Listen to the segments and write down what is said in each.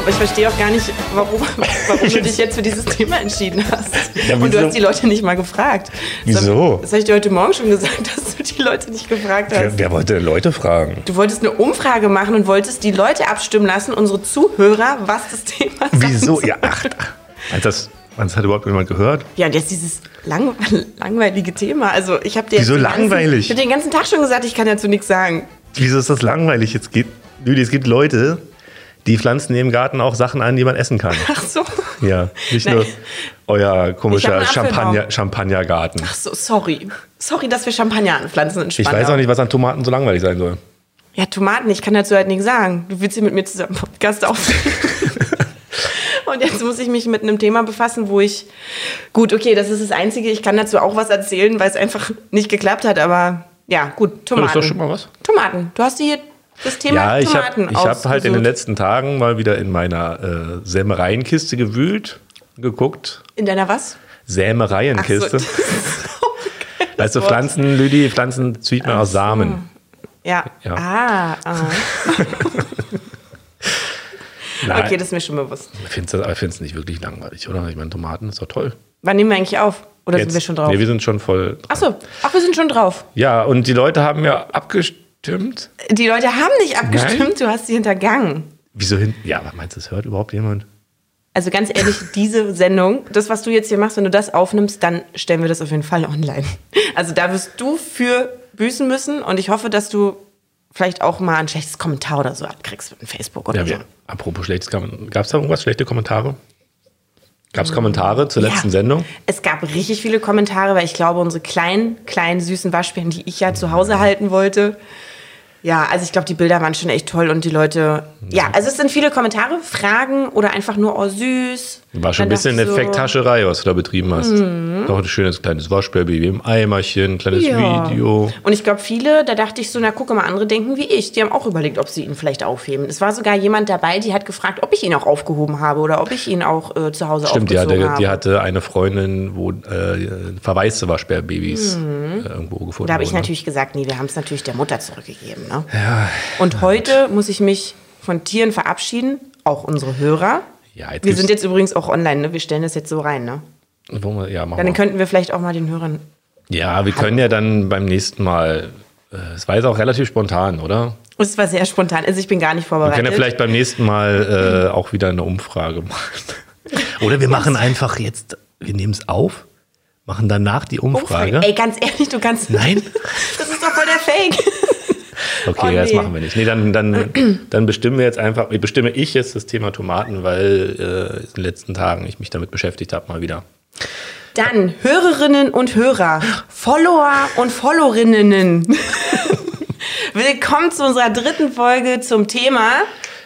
Aber ich verstehe auch gar nicht, warum, warum du dich jetzt für dieses Thema entschieden hast. Ja, Und du wieso? hast die Leute nicht mal gefragt. Das Wieso? hab- Das habe ich dir heute Morgen schon gesagt, dass du die Leute nicht gefragt hast. Wer, wer wollte denn Leute fragen? Du wolltest eine Umfrage machen und wolltest die Leute abstimmen lassen, unsere Zuhörer, was das Thema sein Wieso? soll. Ja, ach, hat das, das hat überhaupt jemand gehört? Ja, und jetzt dieses lang langweilige Thema. Also ich habe dir Wieso jetzt den ganzen- langweilig? Ich habe den ganzen Tag schon gesagt, ich kann dazu nichts sagen. Wieso ist das langweilig? Jetzt geht, Lüdi, es gibt Leute, die pflanzen im Garten auch Sachen an, die man essen kann. Ach so. Ja, nicht Nein. nur euer komischer Ich hab einen Champagner, Champagnergarten. Ach so, sorry. Sorry, dass wir Champagner anpflanzen in Ich Spandau. weiß auch nicht, was an Tomaten so langweilig sein soll. Ja, Tomaten, ich kann dazu halt nichts sagen. Du willst hier mit mir zusammen Podcast aufnehmen. Und jetzt muss ich mich mit einem Thema befassen, wo ich. Gut, okay, das ist das Einzige. Ich kann dazu auch was erzählen, weil es einfach nicht geklappt hat. Aber ja, gut, Tomaten. Das ist doch schon mal was. Tomaten. Du hast dir hier das Thema Ja, ich habe Tomaten ich hab halt in den ausgesucht. letzten Tagen mal wieder in meiner äh, Sämereienkiste gewühlt, geguckt. In deiner was? Ach so, Sämereienkiste. das ist so geil, das Weißt du, Wort. Pflanzen, Lüdi, Pflanzen zieht man aus Samen. Ja. Ja. Ah, ah. Nein, Okay, das ist mir schon bewusst. ich finde es nicht wirklich langweilig, oder? Ich meine, Tomaten ist doch toll. Wann nehmen wir eigentlich auf? Oder sind wir schon drauf? Nee, wir sind schon voll. Ach so, ach, wir sind schon drauf. Ja, und die Leute haben ja abgestimmt. Die Leute haben nicht abgestimmt, Nein. du hast sie hintergangen. Wieso hin? Ja, aber meinst du, es hört überhaupt jemand? Also ganz ehrlich, diese Sendung, das, was du jetzt hier machst, wenn du das aufnimmst, dann stellen wir das auf jeden Fall online. Also da wirst du für büßen müssen und ich hoffe, dass du vielleicht auch mal ein schlechtes Kommentar oder so abkriegst von Facebook oder Ja, so. wir, Also, apropos schlechtes Kommentar. Gab es da irgendwas? Schlechte Kommentare? Gab es Kommentare zur letzten Hm. Ja. Sendung? Es gab richtig viele Kommentare, weil ich glaube, unsere kleinen, kleinen, süßen Waschbären, die ich ja zu Hause halten wollte. Ja, also ich glaube, die Bilder waren schon echt toll und die Leute. Ja, also es sind viele Kommentare, Fragen oder einfach nur, oh süß. War schon ein Dann dachte bisschen ich so, Mhm. Effekthascherei, was du da betrieben hast. Noch ein schönes kleines Waschbärbaby im Eimerchen, ein kleines Ja. Video. Und ich glaube, viele, da dachte ich so, na guck mal, andere denken wie ich. Die haben auch überlegt, ob sie ihn vielleicht aufheben. Es war sogar jemand dabei, die hat gefragt, ob ich ihn auch aufgehoben habe oder ob ich ihn auch äh, zu Hause Stimmt, die aufgezogen hatte, habe. die hatte eine Freundin, wo äh, verwaiste Waschbärbabys äh, irgendwo gefunden Mhm. Da habe ich wurden. natürlich gesagt, nee, wir haben es natürlich der Mutter zurückgegeben. Ne? Und heute muss ich mich von Tieren verabschieden, auch unsere Hörer. Ja, jetzt wir gibt's- sind jetzt übrigens auch online, ne? wir stellen das jetzt so rein. Ne? Wollen wir- Ja, machen Dann wir. könnten wir vielleicht auch mal den Hörern. ja, wir können ja dann beim nächsten Mal. äh, Es war jetzt auch relativ spontan, oder? Es war sehr spontan, also ich bin gar nicht Wir vorbereitet. können ja vielleicht beim nächsten Mal äh, auch wieder eine Umfrage machen. Oder wir machen einfach jetzt, wir nehmen es auf, machen danach die Umfrage. Ey, ganz ehrlich, du kannst. ne? Nein? Das ist doch voll der Fake. Okay, Oh, ja, das nee. machen wir nicht. Nee, dann, dann, dann bestimmen wir jetzt einfach, bestimme ich jetzt das Thema Tomaten, weil äh, in den letzten Tagen ich mich damit beschäftigt habe, mal wieder. Dann Hörerinnen und Hörer, Follower und Followerinnen. Willkommen zu unserer dritten Folge zum Thema.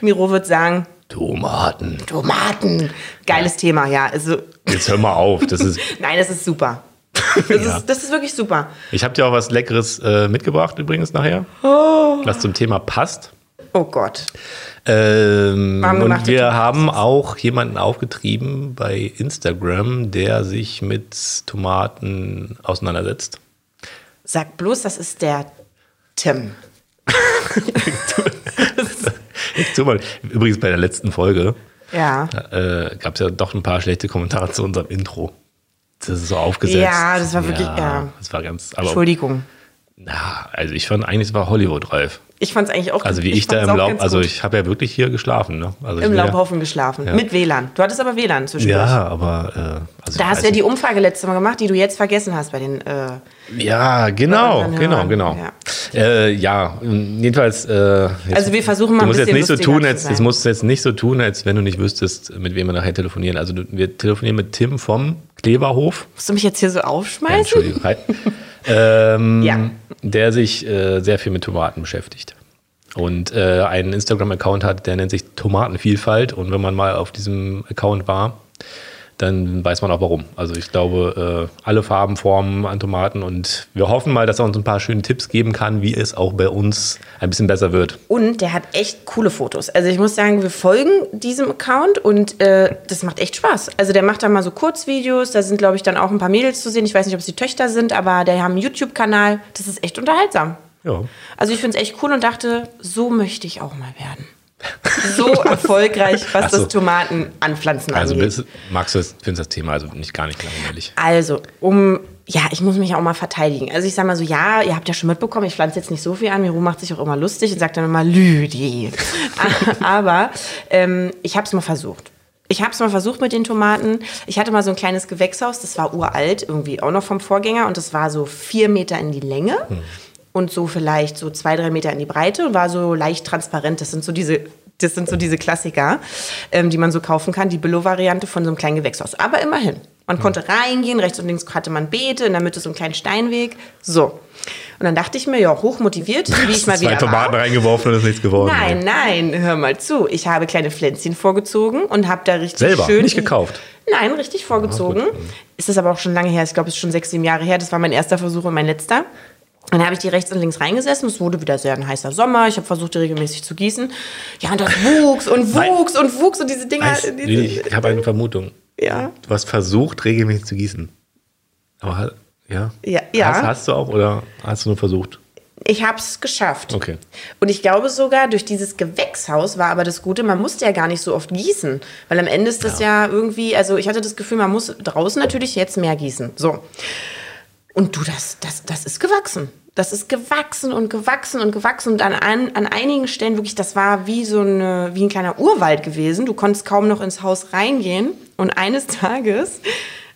Miro wird sagen, Tomaten. Tomaten. Geiles Thema, ja. Also, Jetzt hör mal auf. Das ist, nein, das ist super. Das, Ja. ist, das ist wirklich super. ich habe dir auch was Leckeres äh, mitgebracht übrigens nachher, was zum Thema passt. Oh Gott. Ähm, Warm und gemachte wir Tomaten. haben auch jemanden aufgetrieben bei Instagram, der sich mit Tomaten auseinandersetzt. Sag bloß, das ist der Tim. Ich tu mal- Übrigens bei der letzten Folge Ja. äh, gab es ja doch ein paar schlechte Kommentare zu unserem Intro. Das ist so aufgesetzt. Ja, das war wirklich- ja. Das war ganz. Aber, Entschuldigung. na, also ich fand eigentlich, es war Hollywood-reif. Ich fand es eigentlich auch Also wie ich, da fand's im auch Laub, ganz also gut. ich habe ja wirklich hier geschlafen. Ne? Also im ich, wär- Laubhaufen geschlafen. Ja. Mit WLAN. Du hattest aber WLAN zwischendurch. Ja, aber. Äh, also ich Da hast weiß du ja die nicht. Umfrage letztes Mal gemacht, die du jetzt vergessen hast bei den. Äh, Ja, genau, unseren genau, Hörern, genau. ja. Ja, äh, ja jedenfalls. Äh, jetzt, Also wir versuchen mal du ein musst jetzt bisschen nicht so lustiger tun, zu als, sein. jetzt musst du jetzt nicht so tun, als wenn du nicht wüsstest, mit wem wir nachher telefonieren. Also du, wir telefonieren mit Tim vom Kleberhof. musst du mich jetzt hier so Ja, aufschmeißen? Äh, Entschuldigung. Hi. ähm, Also. Ja. Der sich äh, sehr viel mit Tomaten beschäftigt. Und äh, einen Instagram-Account hat, der nennt sich Tomatenvielfalt. Und wenn man mal auf diesem Account war, dann weiß man auch warum. Also ich glaube, äh, alle Farben, Formen an Tomaten. Und wir hoffen mal, dass er uns ein paar schöne Tipps geben kann, wie es auch bei uns ein bisschen besser wird. Und der hat echt coole Fotos. Also ich muss sagen, wir folgen diesem Account und äh, das macht echt Spaß. Also der macht da mal so Kurzvideos, da sind, glaube ich, dann auch ein paar Mädels zu sehen. Ich weiß nicht, ob es die Töchter sind, aber der haben einen YouTube-Kanal. Das ist echt unterhaltsam. Ja. Also ich finde es echt cool und dachte, so möchte ich auch mal werden. so erfolgreich, was Ach so. das Tomatenanpflanzen Also angeht. bist, magst du das, findest das Thema also nicht gar nicht langweilig. Also, um, ja, ich muss mich auch mal verteidigen. Also ich sage mal so, ja, ihr habt ja schon mitbekommen, ich pflanze jetzt nicht so viel an. Miro macht sich auch immer lustig und sagt dann immer, Lüdi. Aber ähm, ich habe es mal versucht. Ich habe es mal versucht mit den Tomaten. Ich hatte mal so ein kleines Gewächshaus, das war uralt, irgendwie auch noch vom Vorgänger. Und das war so vier Meter in die Länge. Und so vielleicht so zwei, drei Meter in die Breite und war so leicht transparent. Das sind so diese, das sind so diese Klassiker, ähm, die man so kaufen kann, die Billow-Variante von so einem kleinen Gewächshaus. Aber immerhin. Man konnte reingehen, rechts und links hatte man Beete, in der Mitte so einen kleinen Steinweg. So. Und dann dachte ich mir, ja, hochmotiviert, wie ich mal Zwei wieder war. Tomaten reingeworfen und ist nichts geworden. Nein, nein, hör mal zu. Ich habe kleine Pflänzchen vorgezogen und habe da richtig Selber, schön... nicht gekauft? Nein, richtig vorgezogen. Ah, gut. ist das aber auch schon lange her. Ich glaube, es ist schon sechs, sieben Jahre her. Das war mein erster Versuch und mein letzter. Dann habe ich die rechts und links reingesessen. Es wurde wieder sehr ein heißer Sommer. Ich habe versucht, die regelmäßig zu gießen. Ja, und das wuchs und Nein. wuchs und wuchs und diese Dinger. Weiß, diese, ich ich habe eine Vermutung. Ja. Du hast versucht, regelmäßig zu gießen. Aber ha- ja. Ja, ja. Hast, hast du auch oder hast du nur versucht? Ich habe es geschafft. Okay. Und ich glaube sogar, durch dieses Gewächshaus war aber das Gute, man musste ja gar nicht so oft gießen. Weil am Ende ist das ja, irgendwie, also ich hatte das Gefühl, man muss draußen natürlich jetzt mehr gießen. So. Und du, das, das, das ist gewachsen. Das ist gewachsen und gewachsen und gewachsen. Und an, ein, an einigen Stellen wirklich, das war wie so eine, wie ein kleiner Urwald gewesen. Du konntest kaum noch ins Haus reingehen. Und eines Tages,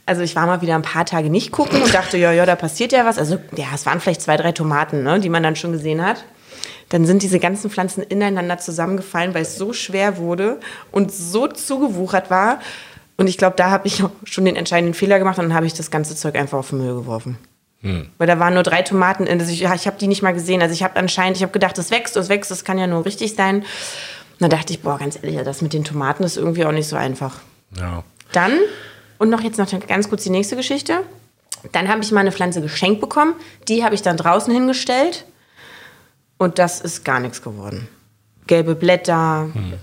also ich war mal wieder ein paar Tage nicht gucken und dachte, ja, ja, da passiert ja was. Also ja, es waren vielleicht zwei, drei Tomaten, ne, die man dann schon gesehen hat. Dann sind diese ganzen Pflanzen ineinander zusammengefallen, weil es so schwer wurde und so zugewuchert war. Und ich glaube, da habe ich auch schon den entscheidenden Fehler gemacht und dann habe ich das ganze Zeug einfach auf den Müll geworfen. Weil da waren nur drei Tomaten. in- Also ich ja, ich habe die nicht mal gesehen. Also ich habe anscheinend, ich habe gedacht, es wächst, es wächst, das kann ja nur richtig sein. Und dann dachte ich, boah, ganz ehrlich, das mit den Tomaten ist irgendwie auch nicht so einfach. Ja. Dann, und noch jetzt noch ganz kurz die nächste Geschichte. Dann habe ich mal eine Pflanze geschenkt bekommen. Die habe ich dann draußen hingestellt. Und das ist gar nichts geworden. Gelbe Blätter. Hm.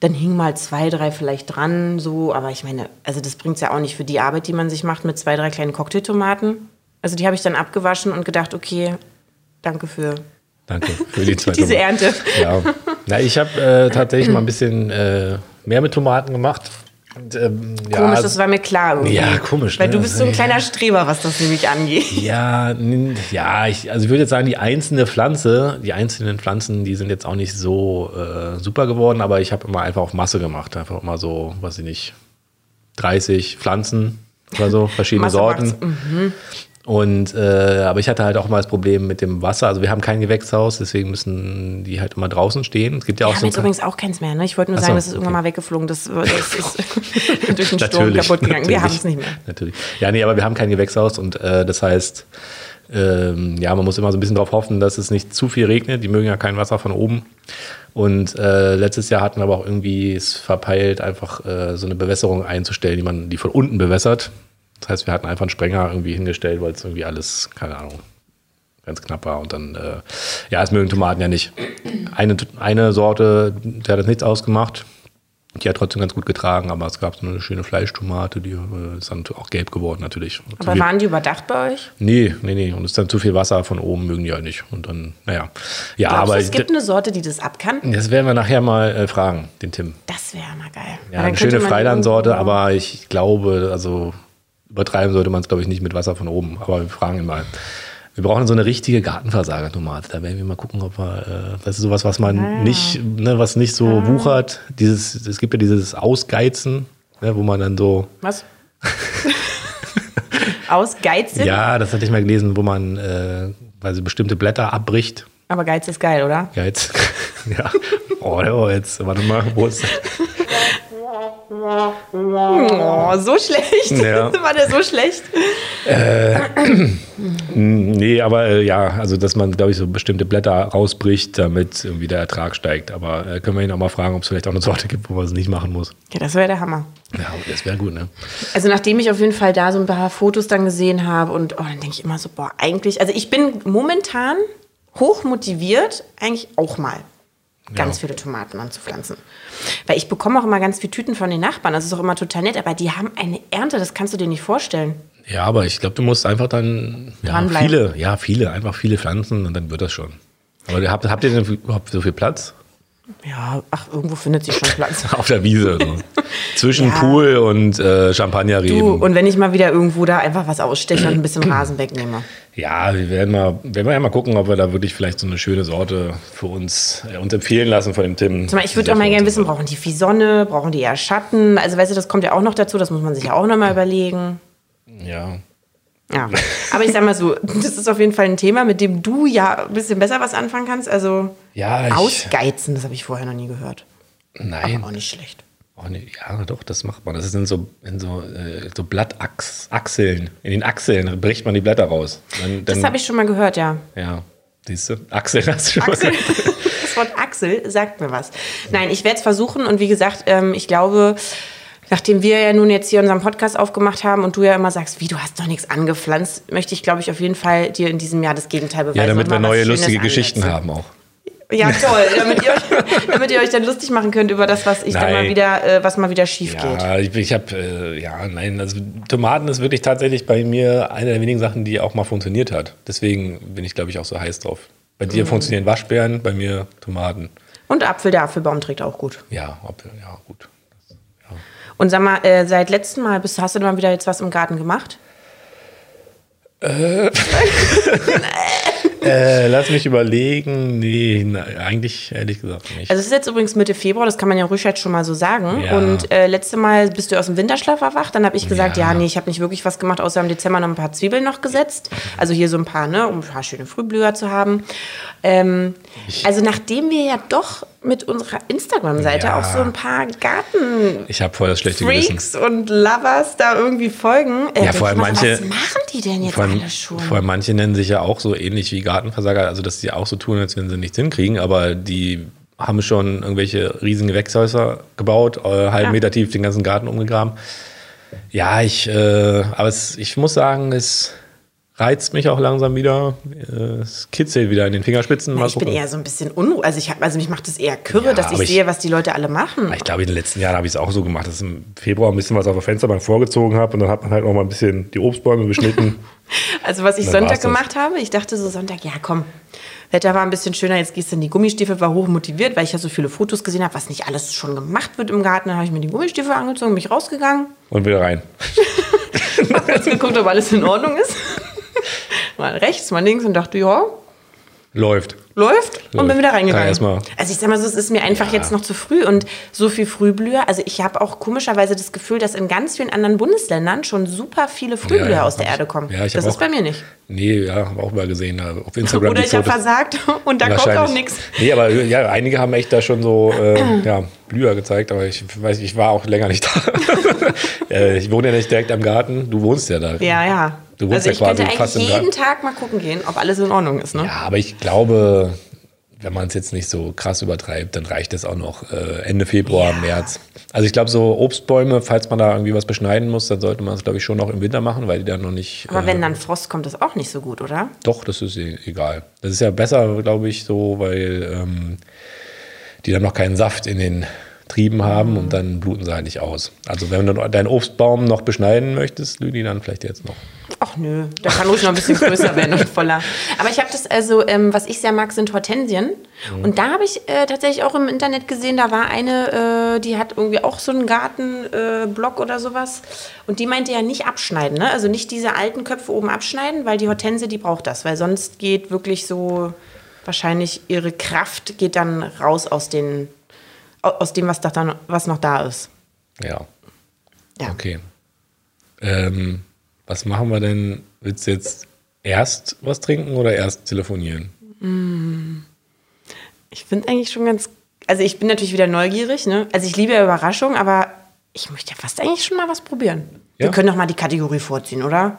Dann hingen mal zwei, drei vielleicht dran, so. Aber ich meine, also das bringt es ja auch nicht für die Arbeit, die man sich macht mit zwei, drei kleinen Cocktailtomaten. Also die habe ich dann abgewaschen und gedacht, okay, danke für Danke für die zweite diese Ernte. Ja. Na, ich habe äh, tatsächlich mal ein bisschen äh, mehr mit Tomaten gemacht. Und, ähm, ja, Komisch, das war mir klar. irgendwie. Ja, komisch, Weil ne? du bist so ein kleiner Streber, was das nämlich angeht. Ja, n- ja, ich, also ich würde jetzt sagen, die einzelne Pflanze, die einzelnen Pflanzen, die sind jetzt auch nicht so äh, super geworden, aber ich habe immer einfach auf Masse gemacht. Einfach immer so, weiß ich nicht, 30 Pflanzen oder so, verschiedene Masse mhm. Sorten. Und äh, aber ich hatte halt auch mal das Problem mit dem Wasser. Also wir haben kein Gewächshaus, deswegen müssen die halt immer draußen stehen. Es gibt ja auch Wir so haben ein jetzt übrigens auch keins mehr. Ne? Ich wollte nur sagen, so, das ist irgendwann okay. mal weggeflogen. Das, das ist durch den Sturm kaputt gegangen. Wir haben es nicht mehr. Natürlich. Ja, nee, aber wir haben kein Gewächshaus und äh, das heißt, ähm, ja, man muss immer so ein bisschen drauf hoffen, dass es nicht zu viel regnet. Die mögen ja kein Wasser von oben. Und äh, letztes Jahr hatten wir aber auch irgendwie es verpeilt, einfach äh, so eine Bewässerung einzustellen, die man, die von unten bewässert. Das heißt, wir hatten einfach einen Sprenger irgendwie hingestellt, weil es irgendwie alles, keine Ahnung, ganz knapp war. Und dann, äh, ja, es mögen Tomaten ja nicht. Eine, eine Sorte, der hat das nichts ausgemacht. Die hat trotzdem ganz gut getragen, aber es gab so eine schöne Fleischtomate, die äh, ist dann auch gelb geworden natürlich. Zu Aber viel- waren die überdacht bei euch? nee, nee, nee. Und es ist dann zu viel Wasser von oben, mögen die halt nicht. Und dann, naja. Ja, Glaubst aber du, es gibt eine Sorte, die das ab kann? das werden wir nachher mal äh, fragen, den Tim. Das wäre mal geil. Weil Ja, dann eine könnte schöne man Freilandsorte, irgendwo- aber ich glaube, also übertreiben sollte man es, glaube ich, nicht mit Wasser von oben. Aber wir fragen ihn mal. Wir brauchen so eine richtige Gartenversagertomate. Da werden wir mal gucken, ob wir, äh, das ist sowas, was man nicht, ne, was nicht so wuchert. Dieses, es gibt ja dieses Ausgeizen, ne, wo man dann so, Was? Aus Geiz sind? ja, das hatte ich mal gelesen, wo man, äh, also bestimmte Blätter abbricht. Aber Geiz ist geil, oder? Geiz. ja. Oh, oh, jetzt, warte mal, wo ist, Oh, so schlecht. Ja. War der so schlecht? Nee, aber äh, ja, also dass man, glaube ich, so bestimmte Blätter rausbricht, damit irgendwie der Ertrag steigt. Aber äh, können wir ihn auch mal fragen, ob es vielleicht auch eine Sorte gibt, wo man es nicht machen muss. Ja, das wäre der Hammer. Ja, das wäre gut, ne? Also nachdem ich auf jeden Fall da so ein paar Fotos dann gesehen habe und oh, dann denke ich immer so, boah, eigentlich, also ich bin momentan hoch motiviert, eigentlich auch mal ganz viele Tomaten anzupflanzen. Weil ich bekomme auch immer ganz viele Tüten von den Nachbarn, das ist auch immer total nett, aber die haben eine Ernte, das kannst du dir nicht vorstellen. Ja, aber ich glaube, du musst einfach dann ja, Dranbleiben. viele, ja, viele, einfach viele pflanzen und dann wird das schon. Aber ihr habt, habt ihr denn überhaupt so viel Platz? Ja, ach, irgendwo findet sich schon Platz. Auf der Wiese. So. Zwischen Ja. Pool und äh, Du, Champagnerreben. und wenn ich mal wieder irgendwo da einfach was aussteche und ein bisschen Rasen wegnehme. Ja, wir werden mal, werden wir ja mal gucken, ob wir da wirklich vielleicht so eine schöne Sorte für uns, äh, uns empfehlen lassen von dem Tim. Zum Beispiel, ich würde auch mal gerne wissen, brauchen die viel Sonne, brauchen die eher Schatten? Also weißt du, das kommt ja auch noch dazu, das muss man sich ja auch nochmal überlegen. Ja. Ja. Aber ich sag mal so, das ist auf jeden Fall ein Thema, mit dem du ja ein bisschen besser was anfangen kannst. Also Ja, ich. ausgeizen, das habe ich vorher noch nie gehört. Nein. Auch nicht schlecht. Auch nicht, Oh, ja, doch, das macht man. Das sind so, in so, äh, so Blattachseln. In den Achseln bricht man die Blätter raus. Dann, dann, Das habe ich schon mal gehört, ja. Ja, siehst du? Achseln hast du schon Axel. mal. Das Wort Axel sagt mir was. Nein, ich werde es versuchen und wie gesagt, ähm, ich glaube, nachdem wir ja nun jetzt hier unseren Podcast aufgemacht haben und du ja immer sagst, wie du hast noch nichts angepflanzt, möchte ich, glaube ich, auf jeden Fall dir in diesem Jahr das Gegenteil beweisen. Ja, damit und wir Also mal was neue Schönes lustige Geschichten ansetzen. haben auch. Ja, toll, damit ihr, euch, damit ihr euch dann lustig machen könnt über das, was ich dann Nein. mal wieder, äh, was mal wieder schief geht. Ja, ich, ich habe, äh, ja, nein, also Tomaten ist wirklich tatsächlich bei mir eine der wenigen Sachen, die auch mal funktioniert hat. Deswegen bin ich, glaube ich, auch so heiß drauf. Bei Mhm. dir funktionieren Waschbären, bei mir Tomaten. Und Apfel, der Apfelbaum trägt auch gut. Ja, ob, ja gut. Und sag mal, äh, seit letztem Mal bist, hast du dann mal wieder jetzt was im Garten gemacht? Äh, lass mich überlegen. Nee, na, eigentlich ehrlich gesagt nicht. Also es ist jetzt übrigens Mitte Februar, das kann man ja ruhig jetzt schon mal so sagen. Ja. Und äh, letzte Mal bist du aus dem Winterschlaf erwacht, dann habe ich gesagt, ja, Ja. nee, ich habe nicht wirklich was gemacht, außer im Dezember noch ein paar Zwiebeln noch gesetzt. Also hier so ein paar, ne, um ein paar schöne Frühblüher zu haben. Ähm, also nachdem wir ja doch mit unserer Instagram-Seite Ja. auch so ein paar Gartenfreaks ich habe voll das schlechte Gewissen. und Lovers da irgendwie folgen. äh, Ja, vor denk allem ich mal, manche- Was machen die denn jetzt Vor allem, alle schon? vor allem manche nennen sich ja auch so ähnlich wie Gartenversager, also dass sie auch so tun, als wenn sie nichts hinkriegen, aber die haben schon irgendwelche riesigen Gewächshäuser gebaut, äh, halben Ja. Meter tief den ganzen Garten umgegraben. Ja, ich, äh, aber es, ich muss sagen, es reizt mich auch langsam wieder. Äh, es kitzelt wieder in den Fingerspitzen. Mal ich bin gucken. eher so ein bisschen unruhig. Also, ich hab, also mich macht es eher kirre, Ja, dass ich, aber ich- sehe, was die Leute alle machen. Ich glaube, in den letzten Jahren habe ich es auch so gemacht, dass ich im Februar ein bisschen was auf der Fensterbank vorgezogen habe und dann hat man halt noch mal ein bisschen die Obstbäume beschnitten. Also was ich Dann war's Sonntag das. gemacht habe, ich dachte so Sonntag, ja komm, Wetter war ein bisschen schöner, jetzt gehst du in die Gummistiefel, war hochmotiviert, weil ich ja so viele Fotos gesehen habe, was nicht alles schon gemacht wird im Garten. Dann habe ich mir die Gummistiefel angezogen, mich rausgegangen, und wieder rein. hab kurz geguckt, ob alles in Ordnung ist. mal rechts, mal links und dachte, ja, Läuft. läuft und Läuft. bin wieder Ja, reingegangen. erstmal. also ich sag mal so, es ist mir einfach Ja. jetzt noch zu früh und so viel Frühblüher, also ich habe auch komischerweise das Gefühl, dass in ganz vielen anderen Bundesländern schon super viele Frühblüher ja, aus der hab ich- Erde kommen. ja, ich hab das ist auch- bei mir nicht. Nee, ja, haben wir auch mal gesehen. äh, Auf Instagram Oder die ich habe Fotos. versagt und da kommt Wahrscheinlich. auch nichts. Nee, aber ja, einige haben echt da schon so äh, ja, Blüher gezeigt, aber ich weiß, ich war auch länger nicht da. äh, ich wohne ja nicht direkt am Garten, du wohnst ja da. Ja, ja. Du wohnst also ja ich quasi könnte fast im eigentlich Garten. jeden Tag mal gucken gehen, ob alles in Ordnung ist. Ne? Ja, aber ich glaube, wenn man es jetzt nicht so krass übertreibt, dann reicht es auch noch äh, Ende Februar, März. Also ich glaube, so Obstbäume, falls man da irgendwie was beschneiden muss, dann sollte man es, glaube ich, schon noch im Winter machen, weil die dann noch nicht. äh, Aber wenn dann Frost kommt, ist auch nicht so gut, oder? Doch, das ist e- egal. Das ist ja besser, glaube ich, so, weil ähm, die dann noch keinen Saft in den Trieben haben und dann bluten sie halt nicht aus. Also wenn du deinen Obstbaum noch beschneiden möchtest, Lüdi, dann vielleicht jetzt noch. Ach nö, der kann ruhig noch ein bisschen größer werden und voller. Aber ich habe das also, ähm, was ich sehr mag, sind Hortensien. Und da habe ich äh, tatsächlich auch im Internet gesehen, da war eine, äh, die hat irgendwie auch so einen Gartenblock äh, Block oder sowas. Und die meinte ja nicht abschneiden, ne? Also nicht diese alten Köpfe oben abschneiden, weil die Hortense, die braucht das. Weil sonst geht wirklich so wahrscheinlich ihre Kraft geht dann raus aus den au- aus dem, was, da dann, was noch da ist. Ja, Ja. okay. Ähm, was machen wir denn? Willst du jetzt erst was trinken oder erst telefonieren? Ich finde eigentlich schon ganz. Also ich bin natürlich wieder neugierig, ne? Also ich liebe ja Überraschungen, aber ich möchte ja fast eigentlich schon mal was probieren. Ja. Wir können doch mal die Kategorie vorziehen, oder?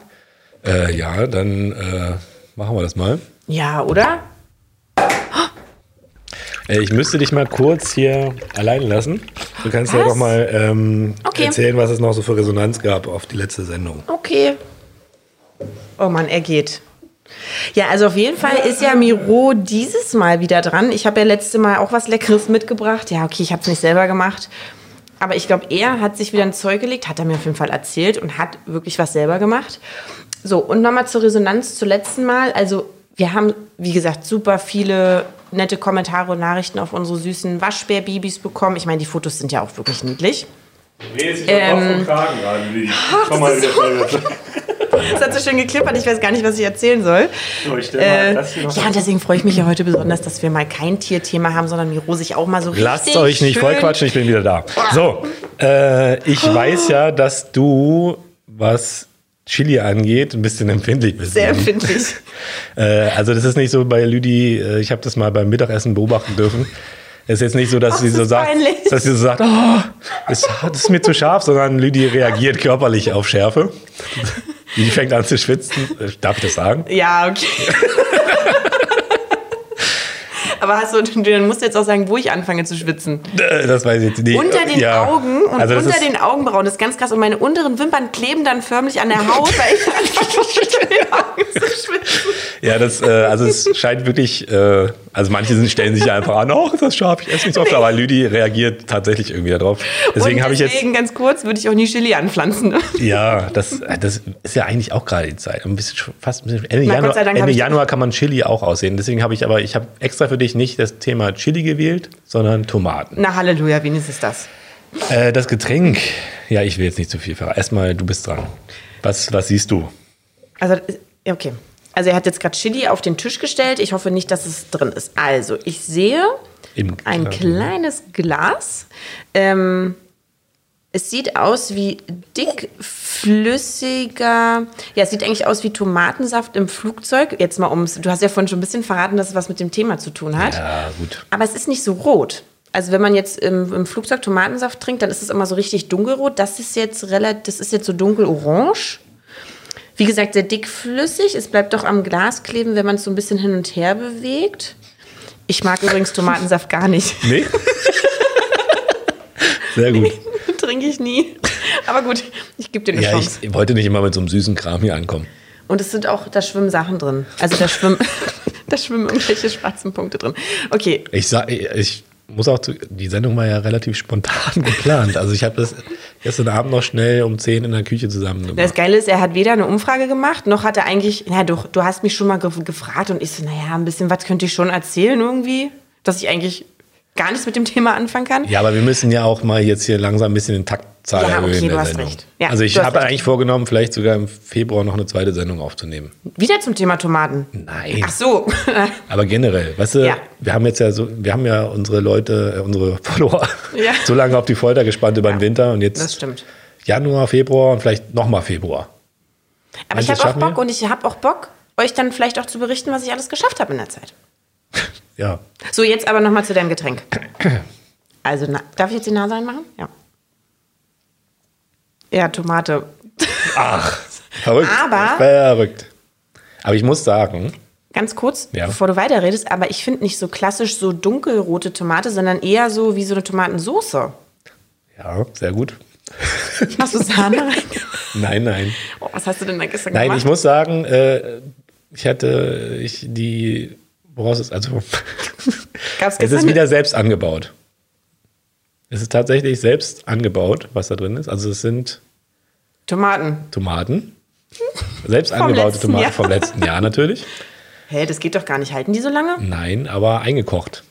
Äh, ja, dann äh, machen wir das mal. Ja, oder? Äh, Ich müsste dich mal kurz hier allein lassen. Du kannst ja Was? doch mal ähm, Okay. erzählen, was es noch so für Resonanz gab auf die letzte Sendung. Okay. Oh Mann, er geht. Ja, also auf jeden Fall ist ja Miro dieses Mal wieder dran. Ich habe ja letzte Mal auch was Leckeres mitgebracht. Ja, okay, ich habe es nicht selber gemacht. Aber ich glaube, er hat sich wieder ein Zeug gelegt, hat er mir auf jeden Fall erzählt und hat wirklich was selber gemacht. So, und nochmal zur Resonanz zu letzten Mal. Also, wir haben, wie gesagt, super viele nette Kommentare und Nachrichten auf unsere süßen Waschbärbabys bekommen. Ich meine, die Fotos sind ja auch wirklich niedlich. Nee, ist ähm, Kragen gerade. Die. Komm mal wieder schnell weg. Es hat so schön geklippert, ich weiß gar nicht, was ich erzählen soll. So, ich stell mal Äh, das hier noch. ja, und deswegen freue ich mich ja heute besonders, dass wir mal kein Tierthema haben, sondern Miro sich auch mal so Lasst richtig euch nicht schön Oh. vollquatschen, ich bin wieder da. So, äh, ich weiß ja, dass du, was Chili angeht, ein bisschen empfindlich bist. Sehr empfindlich. Äh, also das ist nicht so bei Lüdi, äh, ich habe das mal beim Mittagessen beobachten dürfen. Es ist jetzt nicht so, dass Ach, sie das so ist sagt, peinlich. dass sie so sagt, oh, das, das ist mir zu scharf, sondern Lüdi reagiert körperlich auf Schärfe. Die fängt an zu schwitzen. Äh, Darf ich das sagen? Ja, okay. Aber hast du, du musst jetzt auch sagen, wo ich anfange zu schwitzen. Äh, Das weiß ich jetzt nicht. Unter den Ja. Augen und Also das unter ist- den Augenbrauen. Das ist ganz krass. Und meine unteren Wimpern kleben dann förmlich an der Haut, weil ich einfach unter den Augen zu schwitzen. Ja, das, äh, also es scheint wirklich, äh, also manche sind, stellen sich einfach an, oh, ist das scharf, ich esse nicht so oft, aber Lüdi reagiert tatsächlich irgendwie darauf. Deswegen Und habe ich jetzt, deswegen, ganz kurz, würde ich auch nie Chili anpflanzen. ne? ja, das, äh, das ist ja eigentlich auch gerade die Zeit, ein bisschen, schon- fast ein bisschen, Ende Na, Gott Januar, sei Dank Ende habe ich- Januar kann man Chili auch aussehen. Deswegen habe ich aber, ich habe extra für dich nicht das Thema Chili gewählt, sondern Tomaten. Na, Halleluja, wenigstens das. Äh, das Getränk, ja, ich will jetzt nicht zu viel verraten. Erstmal, du bist dran. Was, was siehst du? Also, ja, okay. Also, er hat jetzt gerade Chili auf den Tisch gestellt. Ich hoffe nicht, dass es drin ist. Also, ich sehe Im ein Kleinen. kleines Glas. Ähm, es sieht aus wie dickflüssiger. Ja, es sieht eigentlich aus wie Tomatensaft im Flugzeug. Jetzt mal ums. Du hast ja vorhin schon ein bisschen verraten, dass es was mit dem Thema zu tun hat. Ja, gut. Aber es ist nicht so rot. Also wenn man jetzt im, im Flugzeug Tomatensaft trinkt, dann ist es immer so richtig dunkelrot. Das ist jetzt relativ, das ist jetzt so dunkelorange. Wie gesagt, sehr dickflüssig. Es bleibt doch am Glas kleben, wenn man es so ein bisschen hin und her bewegt. Ich mag übrigens Tomatensaft gar nicht. Nee? Sehr gut. Trinke ich nie. Aber gut, ich gebe dir eine Ja, ich Chance. wollte nicht immer mit so einem süßen Kram hier ankommen. Und es sind auch, da schwimmen Sachen drin. Also da schwimmen, da schwimmen irgendwelche schwarzen Punkte drin. Okay, Ich sag, ich muss auch zu, die Sendung war ja relativ spontan geplant. Also ich habe das gestern Abend noch schnell um 10 in der Küche zusammen Das gemacht. Geile ist, er hat weder eine Umfrage gemacht, noch hat er eigentlich, na doch, du hast mich schon mal ge gefragt und ich so, naja, ein bisschen was könnte ich schon erzählen irgendwie, dass ich eigentlich gar nichts mit dem Thema anfangen kann. Ja, aber wir müssen ja auch mal jetzt hier langsam ein bisschen den Taktzahl Ja, erhöhen okay, in der du hast Sendung. recht. Ja, also ich du hast habe recht. eigentlich vorgenommen, vielleicht sogar im Februar noch eine zweite Sendung aufzunehmen. Wieder zum Thema Tomaten. Nein. Ach so. Aber generell, weißt du, Ja. wir haben jetzt ja so, wir haben ja unsere Leute, äh, unsere Follower Ja. so lange auf die Folter gespannt über den Winter und jetzt das stimmt. Januar, Februar und vielleicht nochmal Februar. Aber ich habe Meinst du, das auch schaffen Bock wir? und ich habe auch Bock, euch dann vielleicht auch zu berichten, was ich alles geschafft habe in der Zeit. Ja. So, jetzt aber nochmal zu deinem Getränk. Also, na, darf ich jetzt die Nase einmachen? Ja. Ja, Tomate. Ach, verrückt. Aber- verrückt. Aber ich muss sagen, Ganz kurz, Ja. bevor du weiterredest, aber ich finde nicht so klassisch so dunkelrote Tomate, sondern eher so wie so eine Tomatensoße. ja, sehr gut. Hast du Sahne rein? Nein, nein. Oh, was hast du denn da gestern Nein, gemacht? ich muss sagen, äh, ich hatte ich die woraus ist also Gab's es gestern- ist wieder selbst angebaut. Es ist tatsächlich selbst angebaut, was da drin ist. Also es sind Tomaten. Tomaten. Selbst angebaute letzten Tomaten Jahr. vom letzten Jahr natürlich. Hä, das geht doch gar nicht. Halten die so lange? Nein, aber eingekocht.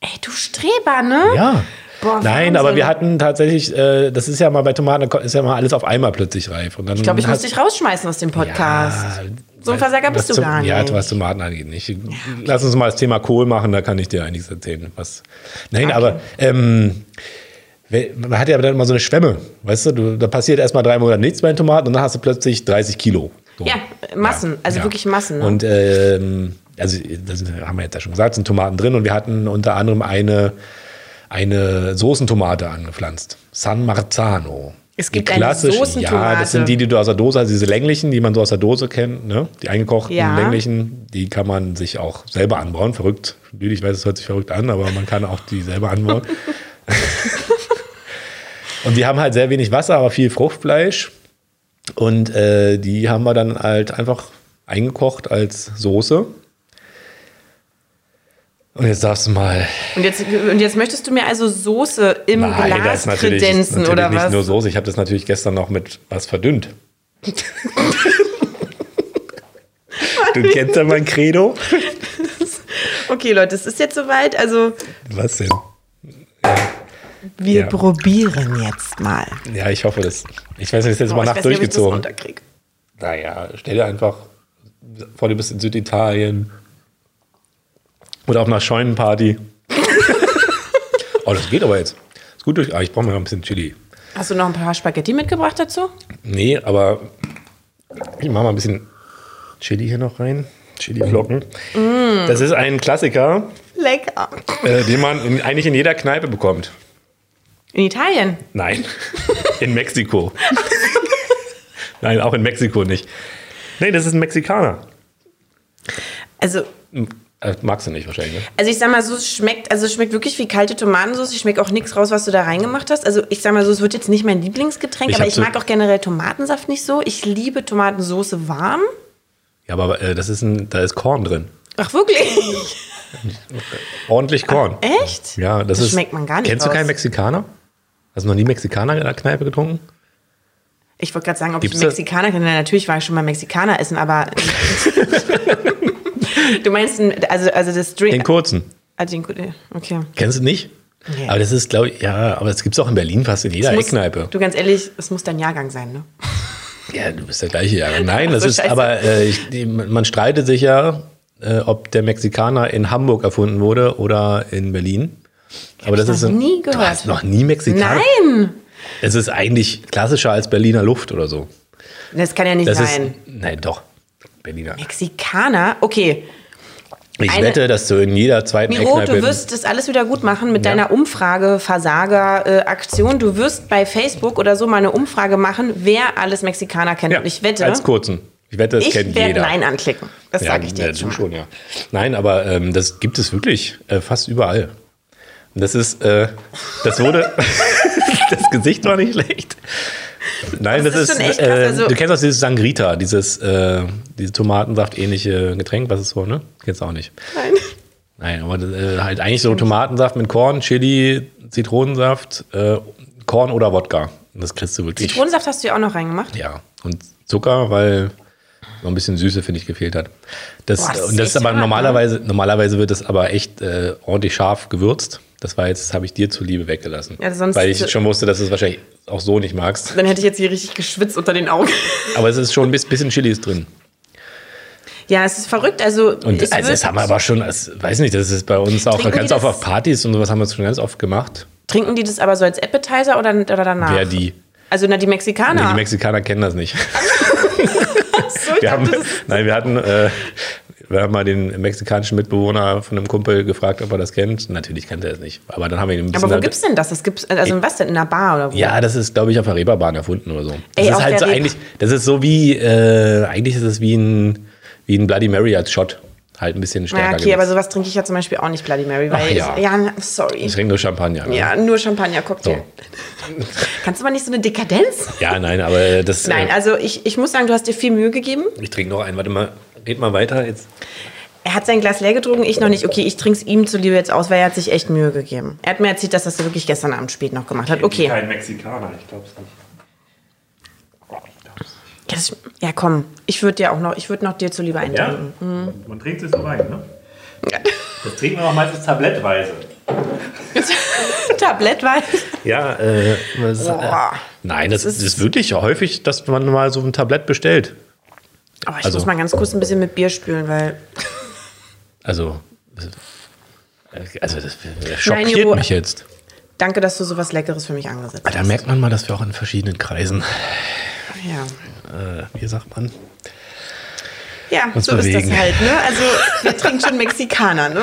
Ey, du Streber, ne? Ja. Boah, Nein, Wahnsinn. aber wir hatten tatsächlich, äh, das ist ja mal bei Tomaten, da ist ja mal alles auf einmal plötzlich reif. Und dann Ich glaube, ich muss hast- dich rausschmeißen aus dem Podcast. Ja, So ein Versager bist was du zum- gar Ja, nicht. was Tomaten angeht nicht. Lass uns mal das Thema Kohl machen, da kann ich dir einiges erzählen. Was. Nein, aber ähm, we- man hat ja dann immer so eine Schwemme, weißt du, du da passiert erstmal drei Monate nichts bei den Tomaten und dann hast du plötzlich 30 Kilo. So. Ja, Massen, also wirklich Massen, ne? Und ähm, also, das haben wir jetzt ja schon gesagt, sind Tomaten drin und wir hatten unter anderem eine, eine Soßentomate angepflanzt. San Marzano. Es gibt Die eine klassischen- Soßentomate. Ja, das sind die, die du aus der Dose, also diese länglichen, die man so aus der Dose kennt, ne? die eingekochten Ja. länglichen, die kann man sich auch selber anbauen. Verrückt. Lüdi, Ich weiß, es hört sich verrückt an, aber man kann auch die selber anbauen. Und die haben halt sehr wenig Wasser, aber viel Fruchtfleisch. Und äh, die haben wir dann halt einfach eingekocht als Soße. Und jetzt darfst du mal. Und, jetzt, und jetzt möchtest du mir also Soße im Glas natürlich, kredenzen, natürlich oder nicht was? nur Soße. Ich habe das natürlich gestern noch mit was verdünnt. du kennst ja mein Credo. Okay, Leute, es ist jetzt soweit. Also Was denn? wir Ja. probieren jetzt mal. Ja, ich hoffe, das. Ich weiß nicht, das ist jetzt mal Oh, ich Nacht weiß nicht, ob ich das durchgezogen. runterkrieg. Naja, stell dir einfach vor, du bist in Süditalien oder auf einer Scheunenparty. oh, das geht aber jetzt. Ist gut durch. Ah, ich brauche mal ein bisschen Chili. Hast du noch ein paar Spaghetti mitgebracht dazu? Nee, aber ich mache mal ein bisschen Chili hier noch rein. Chili-Flocken. Mm. Das ist ein Klassiker, Lecker. äh, den man in, eigentlich in jeder Kneipe bekommt. In Italien. Nein, in Mexiko. Nein, auch in Mexiko nicht. Nee, das ist ein Mexikaner. Also, Äh, Magst du nicht wahrscheinlich, ne? also ich sag mal so, es schmeckt, also es schmeckt wirklich wie kalte Tomatensauce. Ich schmecke auch nichts raus, was du da reingemacht hast. Also ich sag mal so, es wird jetzt nicht mein Lieblingsgetränk, Ich aber hab ich so- mag auch generell Tomatensaft nicht so. Ich liebe Tomatensoße warm. Ja, aber äh, das ist ein, da ist Korn drin. Ach wirklich? Ordentlich Korn. Echt? Ja, das, Das ist. schmeckt man gar nicht Kennst du raus. keinen Mexikaner? Hast du noch nie Mexikaner in der Kneipe getrunken? Ich wollte gerade sagen, ob Gibt's ich das- Mexikaner kenne. Natürlich war ich schon mal Mexikaner essen, aber. du meinst, ein- also, also das Den Drink. kurzen. Also den, okay. Kennst du nicht? Nee. Aber das ist, glaube ich, ja, aber das gibt es auch in Berlin fast in jeder Es muss- Eckkneipe. Du ganz ehrlich, es muss dein Jahrgang sein, ne? Ja, du bist der gleiche Jahrgang. Nein, das so, ist scheiße. aber, äh, ich, die, man streitet sich ja, äh, ob der Mexikaner in Hamburg erfunden wurde oder in Berlin. aber das noch ist ein, nie Du gehört. hast noch nie Mexikaner. Nein! Es ist eigentlich klassischer als Berliner Luft oder so. Das kann ja nicht Das sein. ist, nein, doch. Berliner. Mexikaner? Okay. Ich eine- wette, dass du in jeder zweiten Miro, Eckkneipe. du wirst das alles wieder gut machen mit Ja. deiner Umfrage-Versager-Aktion. du wirst bei Facebook oder so mal eine Umfrage machen, wer alles Mexikaner kennt. ja, Und ich wette, ne? Als kurzen. Ich wette, das ich kennt werde jeder. Nein anklicken. Das ja, sage ich dir ja, jetzt du schon. mal. schon, ja. Nein, aber ähm, das gibt es wirklich äh, fast überall. Und Das ist, äh, das wurde, das Gesicht war nicht schlecht. Nein, das, Das ist ist, schon echt äh, krass, also- du kennst auch dieses Sangrita, dieses, äh, dieses Tomatensaft-ähnliche Getränk, was es war, ne? Kennst du auch nicht. Nein. Nein, aber äh, halt eigentlich so Tomatensaft mit Korn, Chili, Zitronensaft, äh, Korn oder Wodka. Und Das kriegst du wirklich. Zitronensaft hast du ja auch noch reingemacht. Ja, und Zucker, weil so ein bisschen Süße, finde ich, gefehlt hat. Das, Boah, das ist und das ist echt aber hart, ne? normalerweise, normalerweise wird das aber echt äh, ordentlich scharf gewürzt. Das war jetzt, das habe ich dir zuliebe weggelassen. Ja, sonst- weil ich schon wusste, dass du es wahrscheinlich auch so nicht magst. Dann hätte ich jetzt hier richtig geschwitzt unter den Augen. Aber es ist schon ein bis- bisschen Chili ist drin. Ja, es ist verrückt. Also, Und es also wird- das haben wir aber schon, als, weiß nicht, das ist bei uns auch Trinken die ganz oft das- auf Partys und sowas haben wir es schon ganz oft gemacht. trinken die das aber so als Appetizer oder, oder danach? Wer die? Also, na, die Mexikaner. Nee, die Mexikaner kennen das nicht. So, ich dachte, Wir haben, das ist- nein, wir hatten, äh, wir haben mal den mexikanischen Mitbewohner von einem Kumpel gefragt, ob er das kennt. Natürlich kannte er es nicht. Aber dann haben wir ihn ein bisschen. aber wo da- gibt's denn das? Das gibt's, also in was denn? In einer Bar oder wo? ja, das ist, glaube ich, auf der Reeperbahn erfunden oder so. Das Ey, auf ist halt der so Reeper- eigentlich, das ist so wie, äh, eigentlich ist es wie ein, wie ein Bloody Mary als Shot. Halt ein bisschen stärker. Ja, okay, gewesen. aber sowas trinke ich ja zum Beispiel auch nicht, Bloody Mary, weil Ach ja. ich, ja, na, sorry. ich trinke nur Champagner. ne? Ja, nur Champagner-Cocktail. Kannst du mal nicht so eine Dekadenz? ja, nein, aber das. Nein, äh, also ich, ich muss sagen, du hast dir viel Mühe gegeben. ich trinke noch einen. Warte mal, red mal weiter. Jetzt. Er hat sein Glas leer getrunken, ich noch nicht. Okay, ich trinke es ihm zuliebe jetzt aus, weil er hat sich echt Mühe gegeben. Er hat mir erzählt, dass das er wirklich gestern Abend spät noch gemacht hat. Okay. Kein Mexikaner, ich glaub's nicht. Das, ja, komm, ich würde dir auch noch, ich würde noch dir zuliebe Ja? eintrinken. Man, man trinkt es so rein, ne? Das trinken wir auch meistens tablettweise. Tablettweise. Ja, äh, was, äh, Boah. nein, das, Das ist- ist wirklich häufig, dass man mal so ein Tablett bestellt. Aber ich Also- muss mal ganz kurz ein bisschen mit Bier spülen, weil Also, also das schockiert Juro. mich jetzt. danke, dass du sowas Leckeres für mich angesetzt Aber hast. Ah, da merkt man mal, dass wir auch in verschiedenen Kreisen, Ja, äh, wie sagt man? ja Uns so ist bewegen. das halt, ne? Also wir trinken schon Mexikaner, ne?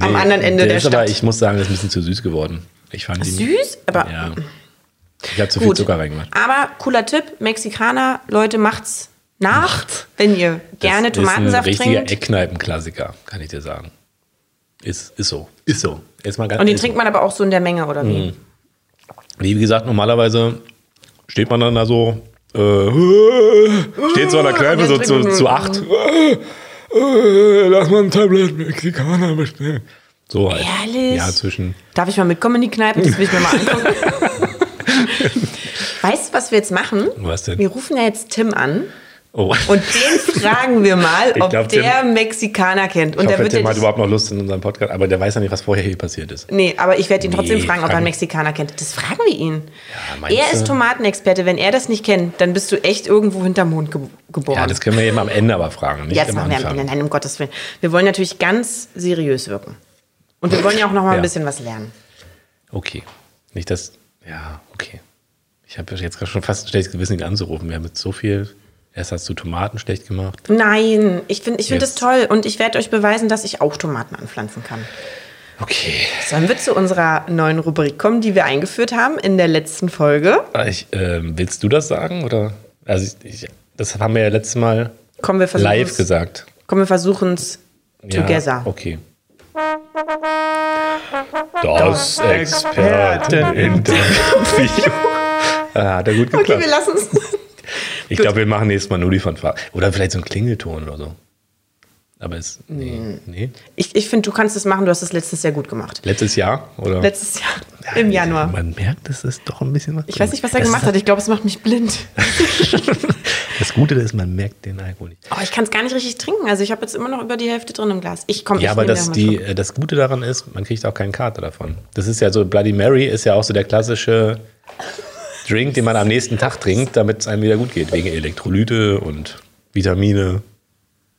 Am Nee, anderen Ende der, ist Stadt. Aber ich muss sagen, das ist ein bisschen zu süß geworden. Ich fand die, Süß, aber Ja. Ich habe zu viel gut. Zucker reingemacht. Aber cooler Tipp, Mexikaner, Leute, macht's nach, wenn ihr gerne das Tomatensaft ist ein richtiger trinkt. Eckkneipenklassiker, kann ich dir sagen. Ist, ist so. Ist so. Jetzt mal ganz Und den ist trinkt man aber auch so in der Menge, oder wie? Wie gesagt, normalerweise steht man dann da so, äh, steht so an der Kneipe so zu, zu acht. Äh, äh, lass mal ein Tablett Mexikaner bestellen. So halt. Ehrlich? Ja, zwischen. Darf ich mal mitkommen in die Kneipe? Das will ich mir mal angucken. weißt du, was wir jetzt machen? Was denn? Wir rufen ja jetzt Tim an Oh. Und den fragen wir mal, Ich ob glaub, Tim- der Mexikaner kennt. Und Ich der hoffe, wird Tim ja hat nicht, überhaupt noch Lust in unserem Podcast, aber der weiß ja nicht, was vorher hier passiert ist. Nee, aber ich werde ihn trotzdem Nee, fragen, ob er fragen- einen Mexikaner kennt. Das fragen wir ihn. meinst er ist du? Tomatenexperte. Wenn er das nicht kennt, dann bist du echt irgendwo hinterm Mond ge geboren. Ja, das können wir eben am Ende aber fragen, nicht Ja, das am machen wir am Anfang. Ende. Nein, um Gottes Willen. Wir wollen natürlich ganz seriös wirken. Und wir wollen ja auch noch mal Ja. ein bisschen was lernen. Okay. Nicht das. Ja, okay. Ich habe jetzt gerade schon fast ein schlechtes Gewissen, ihn anzurufen. Wir haben jetzt so viel. Erst hast du Tomaten schlecht gemacht. Nein, ich finde ich find das Jetzt. toll und ich werde euch beweisen, dass ich auch Tomaten anpflanzen kann. Okay. Sollen wir zu unserer neuen Rubrik kommen, die wir eingeführt haben in der letzten Folge? Ich, ähm, willst du das sagen? Oder? Also ich, ich, das haben wir ja letztes Mal Kommen wir versuchen live gesagt. Kommen wir versuchen es together. Ja, okay. Das Experteninterview. ah, hat er gut Okay, geklappt. wir lassen es. ich glaube, wir machen nächstes Mal nur die Fanfare. Oder vielleicht so einen Klingelton oder so. Aber es. Hm. Nee. nee. Ich, ich finde, du kannst es machen. Du hast es letztens sehr gut gemacht. Letztes Jahr? Oder? Letztes Jahr im Januar. Man merkt, es ist doch ein bisschen was. Ich weiß nicht, was er gemacht hat. Ich glaube, es macht mich blind. Das Gute ist, man merkt den Alkohol nicht. Oh, ich kann es gar nicht richtig trinken. Also ich habe jetzt immer noch über die Hälfte drin im Glas. Ich komme Ja, aber das, die, äh, das Gute daran ist, man kriegt auch keinen Kater davon. Das ist ja so, Bloody Mary ist ja auch so der klassische Drink, den man am nächsten Tag trinkt, damit es einem wieder gut geht. Wegen Elektrolyte und Vitamine.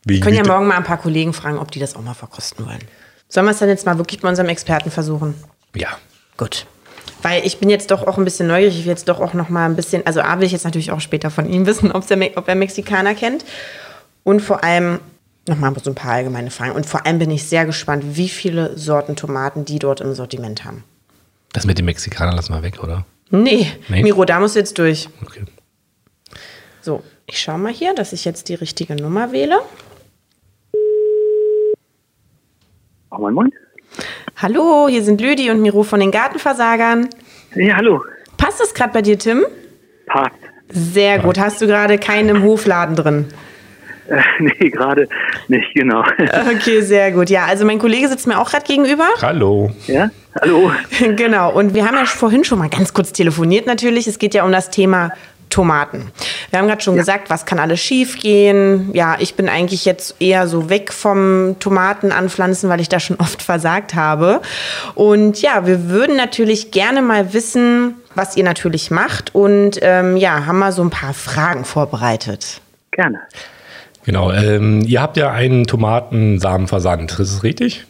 Wie können ja Güte. morgen mal ein paar Kollegen fragen, ob die das auch mal verkosten wollen. Sollen wir es dann jetzt mal wirklich bei unserem Experten versuchen? ja. Gut. Weil ich bin jetzt doch auch ein bisschen neugierig, ich will jetzt doch auch noch mal ein bisschen, also A will ich jetzt natürlich auch später von ihm wissen, ob's der, Me- ob er Mexikaner kennt. Und vor allem noch mal so ein paar allgemeine Fragen. Und vor allem bin ich sehr gespannt, wie viele Sorten Tomaten die dort im Sortiment haben. Das mit den Mexikanern lassen wir weg, oder? Nee, Nee. Miro, da musst du jetzt durch. Okay. So, ich schau mal hier, dass ich jetzt die richtige Nummer wähle. Oh, moin, moin. Hallo, hier sind Lüdi und Miro von den Gartenversagern. Ja, hallo. Passt das gerade bei dir, Tim? Passt. Sehr gut. Hast du gerade keinen im Hofladen drin? Äh, nee, gerade nicht, genau. Okay, sehr gut. Ja, also mein Kollege sitzt mir auch gerade gegenüber. Hallo. ja? Hallo. Genau. Und wir haben ja vorhin schon mal ganz kurz telefoniert natürlich. Es geht ja um das Thema Tomaten. Wir haben gerade schon gesagt, was kann alles schief gehen. Ja, ich bin eigentlich jetzt eher so weg vom Tomaten anpflanzen, weil ich da schon oft versagt habe. Und ja, wir würden natürlich gerne mal wissen, was ihr natürlich macht. Und ähm, ja, haben mal so ein paar Fragen vorbereitet. Gerne. Genau. Ähm, ihr habt ja einen Tomatensamenversand, ist das richtig?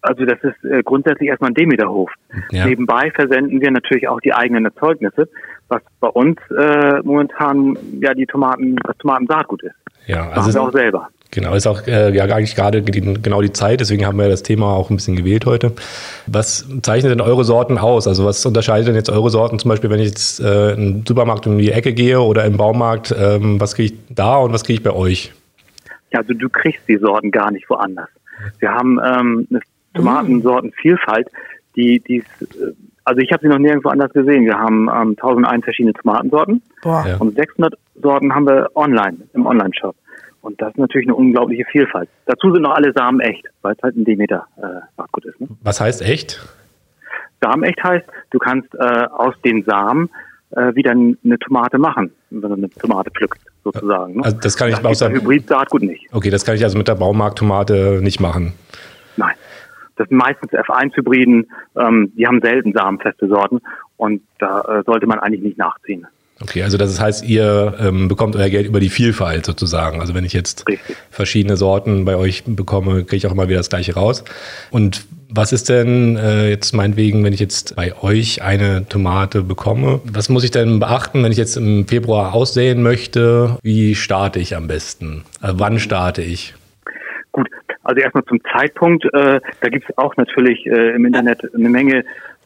Also das ist äh, grundsätzlich erstmal ein Demeterhof. Ja. Nebenbei versenden wir natürlich auch die eigenen Erzeugnisse, was bei uns äh, momentan ja die Tomaten, das Tomatensaatgut ist. Ja, Das machen wir auch also selber. genau, ist auch äh, ja eigentlich gerade die, genau die Zeit, deswegen haben wir das Thema auch ein bisschen gewählt heute. Was zeichnet denn eure Sorten aus? Also was unterscheidet denn jetzt eure Sorten zum Beispiel, wenn ich jetzt äh, im Supermarkt um die Ecke gehe oder im Baumarkt, ähm, was kriege ich da und was kriege ich bei euch? Ja, also du kriegst die Sorten gar nicht woanders. Wir haben ähm, eine Tomatensortenvielfalt, die, die ist, äh, also ich habe sie noch nirgendwo anders gesehen. Wir haben ähm, 1001 verschiedene Tomatensorten. Boah. Ja. Und 600 Sorten haben wir online, im Online-Shop. Und das ist natürlich eine unglaubliche Vielfalt. Dazu sind noch alle Samen echt, weil es halt ein Demeter äh, Saatgut ist. Ne? Was heißt echt? Samen echt heißt, du kannst äh, aus den Samen äh, wieder eine Tomate machen, wenn du eine Tomate pflückst, sozusagen. Ne? Also das kann ich das aus geht bei der- Hybrid-Saatgut nicht. Okay, das kann ich also mit der Baumarkttomate nicht machen. Nein. Das sind meistens F1-Hybriden, ähm, die haben selten samenfeste Sorten und da äh, sollte man eigentlich nicht nachziehen. Okay, also das heißt, ihr ähm, bekommt euer Geld über die Vielfalt sozusagen. Also wenn ich jetzt Richtig. verschiedene Sorten bei euch bekomme, kriege ich auch immer wieder das gleiche raus. Und was ist denn äh, jetzt meinetwegen, wenn ich jetzt bei euch eine Tomate bekomme? Was muss ich denn beachten, wenn ich jetzt im Februar aussehen möchte? Wie starte ich am besten? Äh, wann starte ich? Gut, also erstmal zum Zeitpunkt. Äh, da gibt's auch natürlich äh, im Internet eine Menge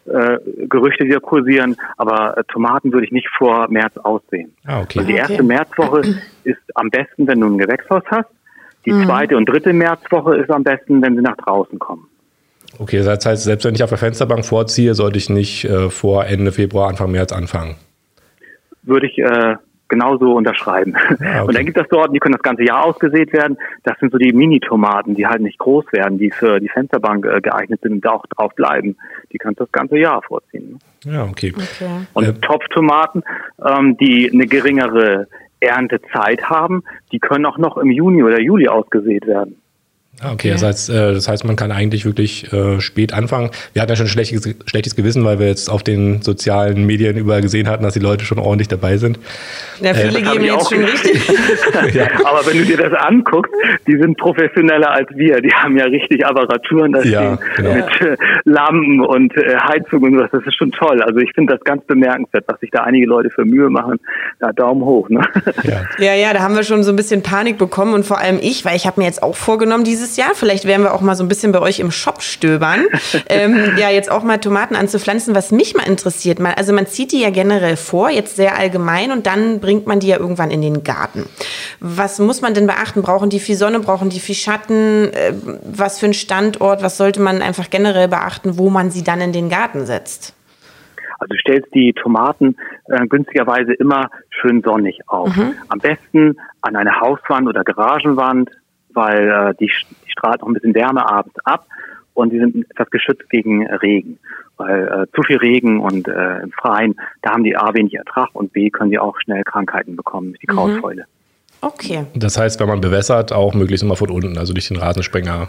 äh, Gerüchte, die da kursieren, aber äh, Tomaten würde ich nicht vor März aussehen. Ah, Also okay. die erste Märzwoche ist am besten, wenn du ein Gewächshaus hast. Die Mhm. zweite und dritte Märzwoche ist am besten, wenn sie nach draußen kommen. Okay, das heißt, selbst wenn ich auf der Fensterbank vorziehe, sollte ich nicht äh, vor Ende Februar, Anfang März anfangen. Würde ich äh, genauso unterschreiben. Ah, okay. Und dann gibt es Sorten, die können das ganze Jahr ausgesät werden. Das sind so die Mini-Tomaten, die halt nicht groß werden, die für die Fensterbank äh, geeignet sind und da auch drauf bleiben. Die kannst du das ganze Jahr vorziehen. Ne? Ja, okay. Okay. Und Äh, Topftomaten, ähm, die eine geringere Erntezeit haben, die können auch noch im Juni oder Juli ausgesät werden. Ah, okay, Das, heißt, äh, das heißt, man kann eigentlich wirklich äh, spät anfangen. Wir hatten ja schon ein schlechtes, schlechtes Gewissen, weil wir jetzt auf den sozialen Medien überall gesehen hatten, dass die Leute schon ordentlich dabei sind. Ja, viele Äh, hab geben ich jetzt auch schon richtig. Aber wenn du dir das anguckst, die sind professioneller als wir. Die haben ja richtig Apparaturen da Ja, stehen genau. mit äh, Lampen und äh, Heizung und sowas. Das ist schon toll. Also ich finde das ganz bemerkenswert, was sich da einige Leute für Mühe machen. Ja, Daumen hoch. Ne? Ja. Ja, ja, da haben wir schon so ein bisschen Panik bekommen und vor allem ich, weil ich habe mir jetzt auch vorgenommen dieses Jahr, vielleicht werden wir auch mal so ein bisschen bei euch im Shop stöbern, ähm, ja, jetzt auch mal Tomaten anzupflanzen, was mich mal interessiert. Man, also man zieht die ja generell vor, jetzt sehr allgemein und dann bringt man die ja irgendwann in den Garten. Was muss man denn beachten? Brauchen die viel Sonne, brauchen die viel Schatten? Äh, was für ein Standort, was sollte man einfach generell beachten, wo man sie dann in den Garten setzt? Also du stellst die Tomaten äh, günstigerweise immer schön sonnig auf. Am besten an eine Hauswand oder Garagenwand, weil äh, die, sch- die strahlt noch ein bisschen Wärme abends ab und die sind etwas geschützt gegen Regen. Weil äh, zu viel Regen und äh, im Freien, da haben die A wenig Ertrag und B können die auch schnell Krankheiten bekommen durch die Krautfäule. Okay. Das heißt, wenn man bewässert, auch möglichst immer von unten, also durch den Rasensprenger.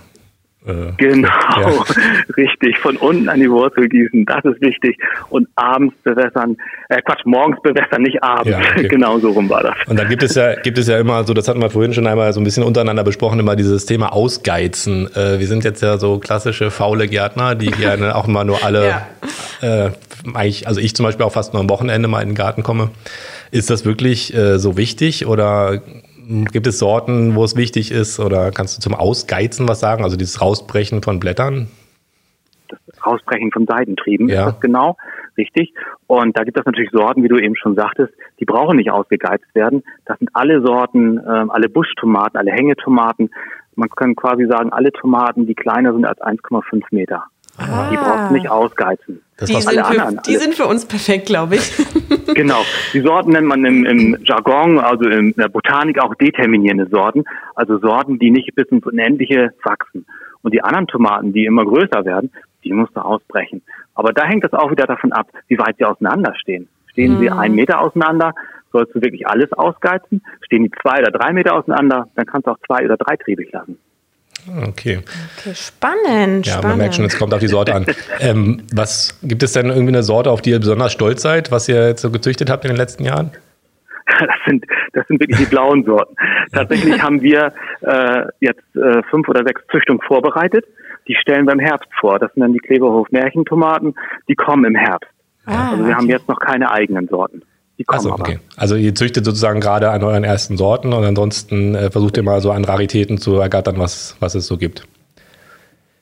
Äh, Genau, Ja. richtig. Von unten an die Wurzel gießen, das ist wichtig. Und abends bewässern, äh Quatsch, morgens bewässern, nicht abends. Ja, okay. genau so rum war das. Und dann gibt es ja, gibt es ja immer so, das hatten wir vorhin schon einmal so ein bisschen untereinander besprochen, immer dieses Thema Ausgeizen. Äh, wir sind jetzt ja so klassische faule Gärtner, die gerne auch immer nur alle, äh, eigentlich, also ich zum Beispiel auch fast nur am Wochenende mal in den Garten komme. Ist das wirklich äh, so wichtig oder gibt es Sorten, wo es wichtig ist? Oder kannst du zum Ausgeizen was sagen? Also dieses Rausbrechen von Blättern? Rausbrechen von Seidentrieben Ja. ist das genau, richtig. Und da gibt es natürlich Sorten, wie du eben schon sagtest, die brauchen nicht ausgegeizt werden. Das sind alle Sorten, ähm, alle Buschtomaten, alle Hängetomaten. Man kann quasi sagen, alle Tomaten, die kleiner sind als 1,5 Meter. Die brauchst du nicht ausgeizen. Das Ah. Die war's. sind, Alle für, anderen, die alle. sind für uns perfekt, glaube ich. Genau. Die Sorten nennt man im, im Jargon, also in der Botanik auch determinierende Sorten. Also Sorten, die nicht bis ins Unendliche wachsen. Und die anderen Tomaten, die immer größer werden, die musst du ausbrechen. Aber da hängt das auch wieder davon ab, wie weit sie auseinander stehen. Stehen sie einen Meter auseinander, sollst du wirklich alles ausgeizen. Stehen die zwei oder drei Meter auseinander, dann kannst du auch zwei oder dreitriebig lassen. Okay. Okay, spannend, Ja, spannend. man merkt schon, es kommt auf die Sorte an. ähm, was gibt es denn irgendwie eine Sorte, auf die ihr besonders stolz seid, was ihr jetzt so gezüchtet habt in den letzten Jahren? Das sind, das sind wirklich die blauen Sorten. Tatsächlich haben wir äh, jetzt äh, fünf oder sechs Züchtungen vorbereitet. Die stellen wir im Herbst vor. Das sind dann die Kleberhof Märchentomaten. Die kommen im Herbst. Ah, also wir haben jetzt noch keine eigenen Sorten. Die kommen Also, aber. okay. also ihr züchtet sozusagen gerade an euren ersten Sorten und ansonsten äh, versucht ihr mal so an Raritäten zu ergattern, was, was es so gibt.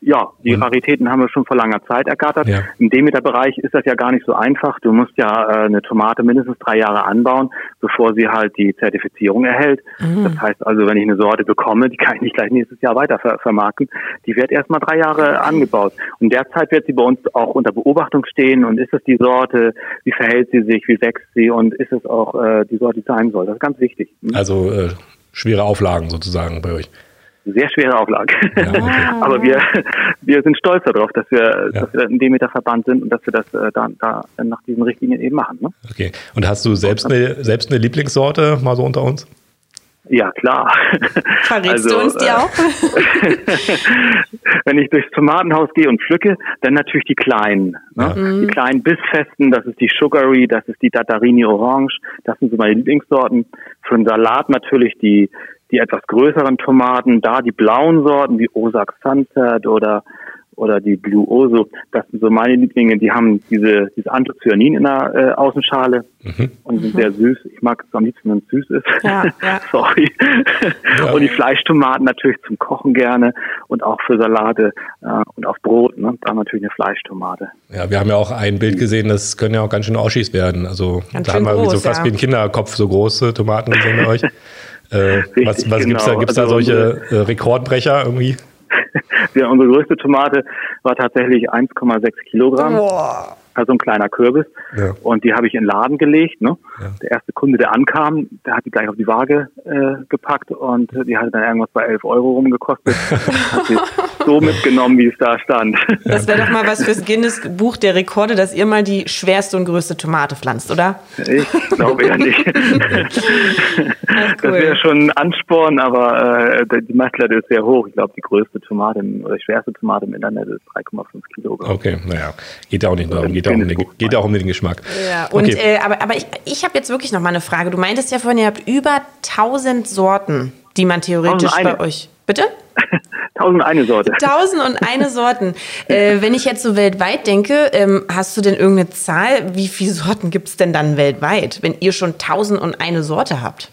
Ja, die Raritäten haben wir schon vor langer Zeit ergattert. Ja. Im Demeter-Bereich ist das ja gar nicht so einfach. Du musst ja äh, eine Tomate mindestens drei Jahre anbauen, bevor sie halt die Zertifizierung erhält. Das heißt also, wenn ich eine Sorte bekomme, die kann ich nicht gleich nächstes Jahr weiter ver vermarkten. Die wird erstmal drei Jahre angebaut. Und derzeit wird sie bei uns auch unter Beobachtung stehen. Und ist es die Sorte? Wie verhält sie sich? Wie wächst sie? Und ist es auch äh, die Sorte, die sein soll? Das ist ganz wichtig. Hm? Also äh, schwere Auflagen sozusagen bei euch. Sehr schwere Auflage. okay. Aber wir, wir sind stolz darauf, dass wir, Ja. dass wir ein Demeter-Verband sind und dass wir das äh, da, da nach diesen Richtlinien eben machen. Ne? Okay. Und hast du selbst eine, selbst eine Lieblingssorte mal so unter uns? Ja, klar. Verrätst Also, du uns die äh, auch? Wenn ich durchs Tomatenhaus gehe und pflücke, dann natürlich die kleinen. Ne? Mhm. Die kleinen Bissfesten, das ist die Sugary, das ist die Tatarini Orange, das sind so meine Lieblingssorten. Für den Salat natürlich die, die etwas größeren Tomaten, da die blauen Sorten wie Osak Sunset oder oder die Blue Oso, das sind so meine Lieblinge, die haben diese dieses Anthocyanin in der äh, Außenschale und sind sehr süß. Ich mag es am liebsten, wenn es süß ist. Mhm. Ja, ja. Sorry. Ja. Und die Fleischtomaten natürlich zum Kochen gerne und auch für Salate äh, und auf Brot, ne? Dann natürlich eine Fleischtomate. Ja, wir haben ja auch ein Bild gesehen, das können ja auch ganz schön Oschis werden. Also Ganz da schön haben wir irgendwie so groß, fast ja. wie ein Kinderkopf so große Tomaten gesehen bei euch. Äh, was was gibt's da? genau. Gibt's Also da solche äh, Rekordbrecher irgendwie? Ja, unsere größte Tomate war tatsächlich 1,6 Kilogramm. Oh. Boah. also ein kleiner Kürbis. Ja. Und die habe ich in den Laden gelegt. Ne? Ja. Der erste Kunde, der ankam, der hat die gleich auf die Waage äh, gepackt und die hatte dann irgendwas bei 11 Euro rumgekostet. hat sie so mitgenommen, wie es da stand. Das wäre doch mal was fürs Guinness Buch der Rekorde, dass ihr mal die schwerste und größte Tomate pflanzt, oder? Ich glaube ja nicht. Ach, Das wäre schon ein Ansporn, aber äh, die Messlatte ist sehr hoch. Ich glaube, die größte Tomate im- oder die schwerste Tomate im Internet ist 3,5 Kilogramm. Okay, naja. Geht ja auch nicht nur Äh, darum, geht ja auch um den, geht ja auch um den Geschmack. Ja, und okay. äh, aber, aber ich, ich habe jetzt wirklich noch mal eine Frage. Du meintest ja vorhin, ihr habt über 1000 Sorten, die man theoretisch bei 1001. euch. Bitte? 1001 Sorte. Tausend und eine Sorten. Äh, wenn ich jetzt so weltweit denke, ähm, hast du denn irgendeine Zahl? Wie viele Sorten gibt es denn dann weltweit, wenn ihr schon tausend und eine Sorte habt?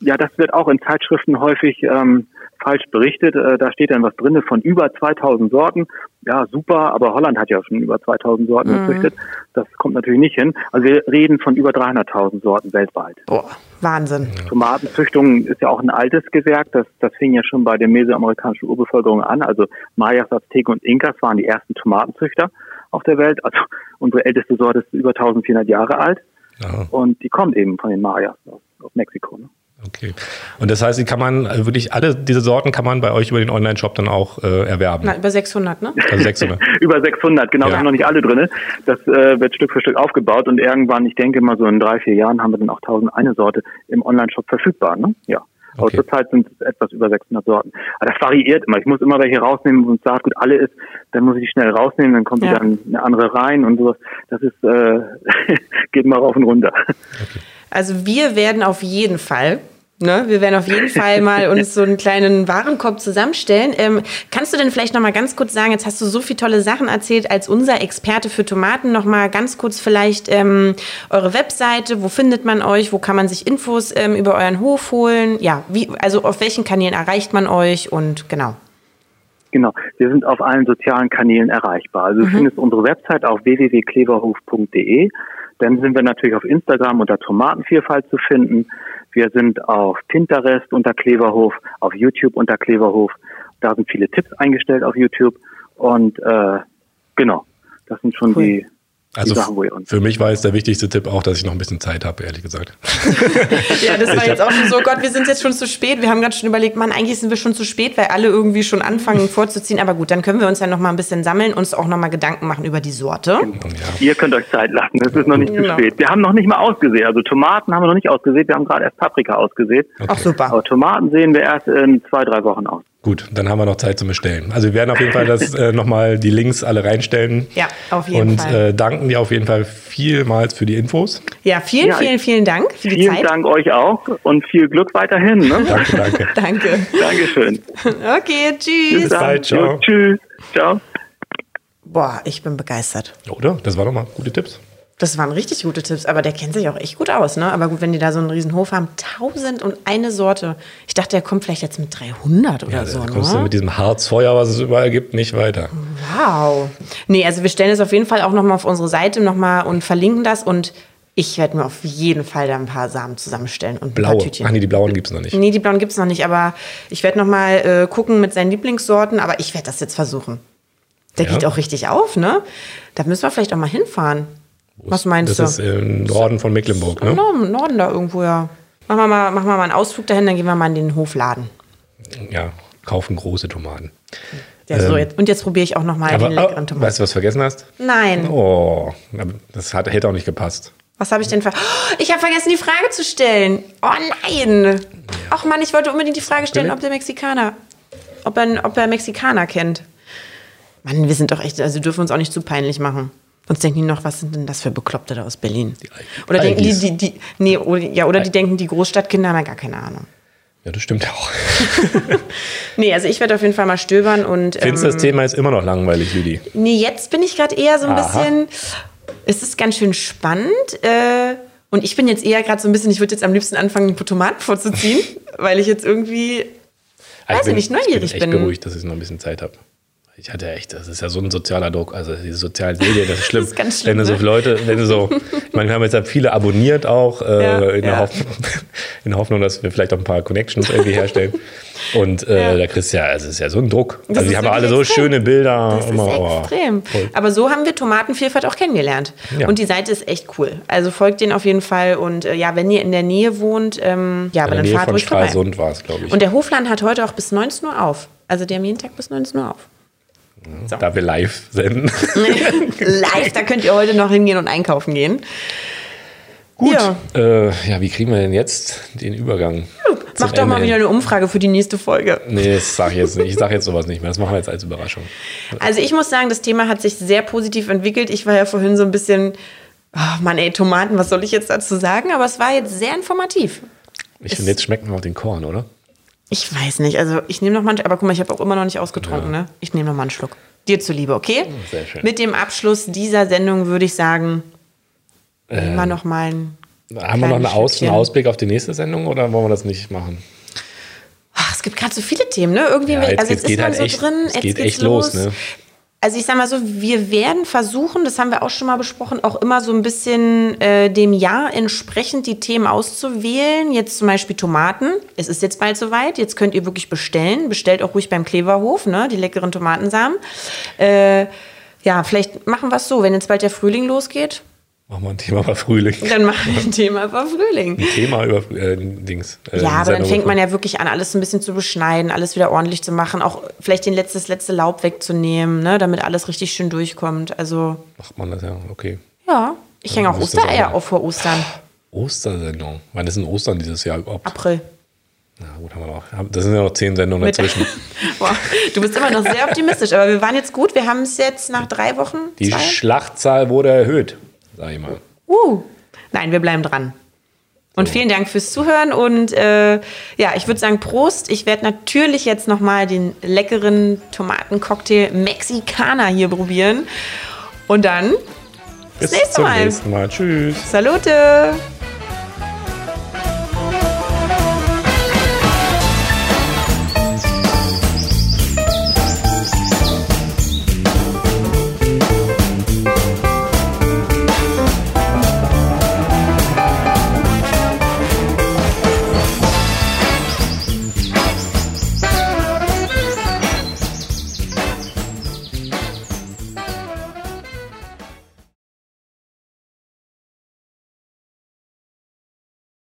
Ja, das wird auch in Zeitschriften häufig ähm, falsch berichtet. Äh, da steht dann was drin von über 2000 Sorten. Ja, super, aber Holland hat ja schon über 2000 Sorten gezüchtet. Das kommt natürlich nicht hin. Also wir reden von über 300.000 Sorten weltweit. Boah, Wahnsinn. Tomatenzüchtung ist ja auch ein altes Gewerk. Das, das fing ja schon bei der mesoamerikanischen Urbevölkerung an. Also Mayas, Azteken und Inkas waren die ersten Tomatenzüchter auf der Welt. Also unsere älteste Sorte ist über 1400 Jahre alt. Aha. Und die kommt eben von den Mayas aus, aus Mexiko. Ne? okay. Und das heißt, die kann man äh, wirklich alle diese Sorten kann man bei euch über den Online-Shop dann auch äh, erwerben. Na, über 600, ne? Also 600. Über 600, genau, Ja. wir haben noch nicht alle drin. Das äh, wird Stück für Stück aufgebaut und irgendwann, ich denke mal so in drei, vier Jahren, haben wir dann auch 1001 Sorte im Online-Shop verfügbar. Ne? Ja. Aber Okay. zurzeit sind es etwas über 600 Sorten. Aber das variiert immer. Ich muss immer welche rausnehmen, wenn es Saatgut alle ist, dann muss ich die schnell rausnehmen, dann kommt Ja. wieder eine andere rein und sowas. Das ist, äh, geht mal rauf und runter. Also wir werden auf jeden Fall, ne, wir werden auf jeden Fall mal uns so einen kleinen Warenkorb zusammenstellen. Ähm, kannst du denn vielleicht noch mal ganz kurz sagen, jetzt hast du so viele tolle Sachen erzählt, als unser Experte für Tomaten noch mal ganz kurz vielleicht ähm, eure Webseite, wo findet man euch, wo kann man sich Infos ähm, über euren Hof holen? Ja, wie, also auf welchen Kanälen erreicht man euch und genau. Genau, wir sind auf allen sozialen Kanälen erreichbar. Mhm. Also du findest unsere Website auf www.kleverhof.de. Dann sind wir natürlich auf Instagram unter Tomatenvielfalt zu finden. Wir sind auf Pinterest unter Kleverhof, auf YouTube unter Kleverhof. Da sind viele Tipps eingestellt auf YouTube. Und äh, genau, das sind schon Cool. die, Also die Sachen, wo ihr uns für mich war jetzt der wichtigste Tipp auch, dass ich noch ein bisschen Zeit habe, ehrlich gesagt. Ja, das war jetzt auch schon so, Gott, wir sind jetzt schon zu spät. Wir haben gerade schon überlegt, Mann, eigentlich sind wir schon zu spät, weil alle irgendwie schon anfangen vorzuziehen. Aber gut, dann können wir uns ja noch mal ein bisschen sammeln, uns auch noch mal Gedanken machen über die Sorte. Ja. Ihr könnt euch Zeit lassen, es ist noch nicht Genau. zu spät. Wir haben noch nicht mal ausgesät. Also Tomaten haben wir noch nicht ausgesät, wir haben gerade erst Paprika ausgesät. Ach Aber super. Tomaten sehen wir erst in zwei, drei Wochen aus. Gut, dann haben wir noch Zeit zum Bestellen. Also wir werden auf jeden Fall das äh, nochmal die Links alle reinstellen. Ja, auf jeden und, Fall. Und äh, danken dir auf jeden Fall vielmals für die Infos. Ja, vielen, Ja, ich- vielen, vielen Dank für die Vielen Zeit. Dank euch auch und viel Glück weiterhin. Ne? Danke, danke. Danke. Dankeschön. Okay, Bis tschüss. dann. bald, ciao. Jo, Tschüss. Ciao. Boah, ich bin begeistert. Oder? Das waren nochmal gute Tipps. Das waren richtig gute Tipps, aber der kennt sich auch echt gut aus, ne? Aber gut, wenn die da so einen riesen Hof haben, tausend und eine Sorte. Ich dachte, der kommt vielleicht jetzt mit 300 oder Ja, so, Also, da kommst du ne? mit diesem Harzfeuer, was es überall gibt, nicht weiter. Wow. Nee, also wir stellen es auf jeden Fall auch nochmal auf unsere Seite nochmal und verlinken das. Und ich werde mir auf jeden Fall da ein paar Samen zusammenstellen und ein Blaue. paar Tütchen. Ach nee, die blauen gibt's noch nicht. Nee, die blauen gibt es noch nicht, aber ich werde nochmal äh, gucken mit seinen Lieblingssorten, aber ich werde das jetzt versuchen. Der Ja. geht auch richtig auf, ne? Da müssen wir vielleicht auch mal hinfahren. Was meinst das du? ist im Norden von Mecklenburg, ne? Genau, Im Norden da irgendwo, ja. Machen wir, mal, machen wir mal einen Ausflug dahin, dann gehen wir mal in den Hofladen. Ja, kaufen große Tomaten. Ja, so jetzt, und jetzt probiere ich auch nochmal Ähm. Aber den leckeren oh, Tomaten. weißt du, was du vergessen hast? Nein. Oh, aber das hat, hätte auch nicht gepasst. Was habe ich denn ver... Oh, ich habe vergessen, die Frage zu stellen. Oh nein. Ach Mann, ich wollte unbedingt die Frage stellen, ob der Mexikaner... Ob er, ob er Mexikaner kennt. Mann, wir sind doch echt... Also dürfen uns auch nicht zu peinlich machen. Sonst denken die noch, was sind denn das für Bekloppte da aus Berlin? Oder denken die, Algis. die, die nee, oder, ja, oder die denken, die Großstadtkinder haben ja gar keine Ahnung. Ja, das stimmt auch. Nee, also ich werde auf jeden Fall mal stöbern und. Findest du das Thema ist immer noch langweilig, Lüdi? Nee, jetzt bin ich gerade eher so ein Aha. bisschen. Es ist ganz schön spannend. Äh, und ich bin jetzt eher gerade so ein bisschen, ich würde jetzt am liebsten anfangen, Tomaten vorzuziehen, weil ich jetzt irgendwie. Ah, Weiß ich nicht, neugierig ich bin. bin. echt beruhigt, dass ich noch ein bisschen Zeit habe. Ich hatte echt, das ist ja so ein sozialer Druck, also diese sozialen Medien, das ist schlimm. Das ist ganz schlimm, wenn du so ne? Leute, wenn du so, ich meine, wir haben jetzt halt viele abonniert auch, äh, Ja, in, der ja. Hoffnung, in der Hoffnung, dass wir vielleicht auch ein paar Connections irgendwie herstellen. Und äh, Ja. da kriegst du ja, also es ist ja so ein Druck. Das also die ist haben alle wirklich so extrem. schöne Bilder. Das immer, ist oh, extrem. voll. Aber so haben wir Tomatenvielfalt auch kennengelernt. Ja. Und die Seite ist echt cool. Also folgt denen auf jeden Fall. Und äh, ja, wenn ihr in der Nähe wohnt, ähm, ja, aber In dann der Nähe fahrt von ruhig vorbei. Stralsund war es, glaube ich. Und der Hofladen hat heute auch bis 19 Uhr auf. Also die haben jeden Tag bis 19 Uhr auf. So. Da wir live senden. Live, da könnt ihr heute noch hingehen und einkaufen gehen. Gut. Ja. Ja. Äh, ja, wie kriegen wir denn jetzt den Übergang? zum Macht doch mal Ende wieder hin? eine Umfrage für die nächste Folge. Nee, das sag ich jetzt nicht. Ich sag jetzt sowas nicht mehr. Das machen wir jetzt als Überraschung. Also ich muss sagen, das Thema hat sich sehr positiv entwickelt. Ich war ja vorhin so ein bisschen, oh Mann ey, Tomaten, was soll ich jetzt dazu sagen? Aber es war jetzt sehr informativ. Ich finde, jetzt schmecken wir auch den Korn, oder? Ich weiß nicht, also ich nehme noch mal einen, aber guck mal, ich habe auch immer noch nicht ausgetrunken, ne? Ich nehme noch mal einen Schluck. Dir zuliebe, okay? Hm, Sehr schön. Mit dem Abschluss dieser Sendung würde ich sagen, nehmen Ähm. wir noch mal einen Haben wir noch einen, kleines Aus einen Schlückchen. Ausblick auf die nächste Sendung oder wollen wir das nicht machen? Ach, es gibt gerade so viele Themen, ne? Irgendwie, Ja, jetzt also jetzt geht's- ist geht man halt so echt- drin, es jetzt geht geht's echt los, ne? Also ich sag mal so, wir werden versuchen, das haben wir auch schon mal besprochen, auch immer so ein bisschen äh, dem Jahr entsprechend die Themen auszuwählen. Jetzt zum Beispiel Tomaten. Es ist jetzt bald soweit. Jetzt könnt ihr wirklich bestellen. Bestellt auch ruhig beim Kleverhof, ne? Die leckeren Tomatensamen. Äh, ja, vielleicht machen wir es so, wenn jetzt bald der Frühling losgeht, Machen wir ein Thema über Frühling. dann machen wir ein Thema über Frühling. Ein Thema über äh, Dings. Äh, Ja, aber dann Sendung fängt über- man ja wirklich an, alles ein bisschen zu beschneiden, alles wieder ordentlich zu machen, auch vielleicht den letztes letzte Laub wegzunehmen, ne, damit alles richtig schön durchkommt. Also Macht man das ja, okay. ja, ich hänge auch muss das Ostereier auch- auf vor Ostern, Ostersendung. Wann ist denn Ostern dieses Jahr überhaupt? April. Na gut, haben wir noch. haben- Das sind ja noch zehn Sendungen Mit- dazwischen. Boah, du bist immer noch sehr optimistisch, aber wir waren jetzt gut. Wir haben es jetzt nach drei Wochen. Die Zwei? Schlachtzahl wurde erhöht, sag ich mal. Uh. Nein, wir bleiben dran. Und vielen Dank fürs Zuhören und äh, ja, ich würde sagen Prost. Ich werde natürlich jetzt nochmal den leckeren Tomatencocktail Mexikaner hier probieren. Und dann Bis nächste zum Mal. nächsten Mal. Tschüss. Salute!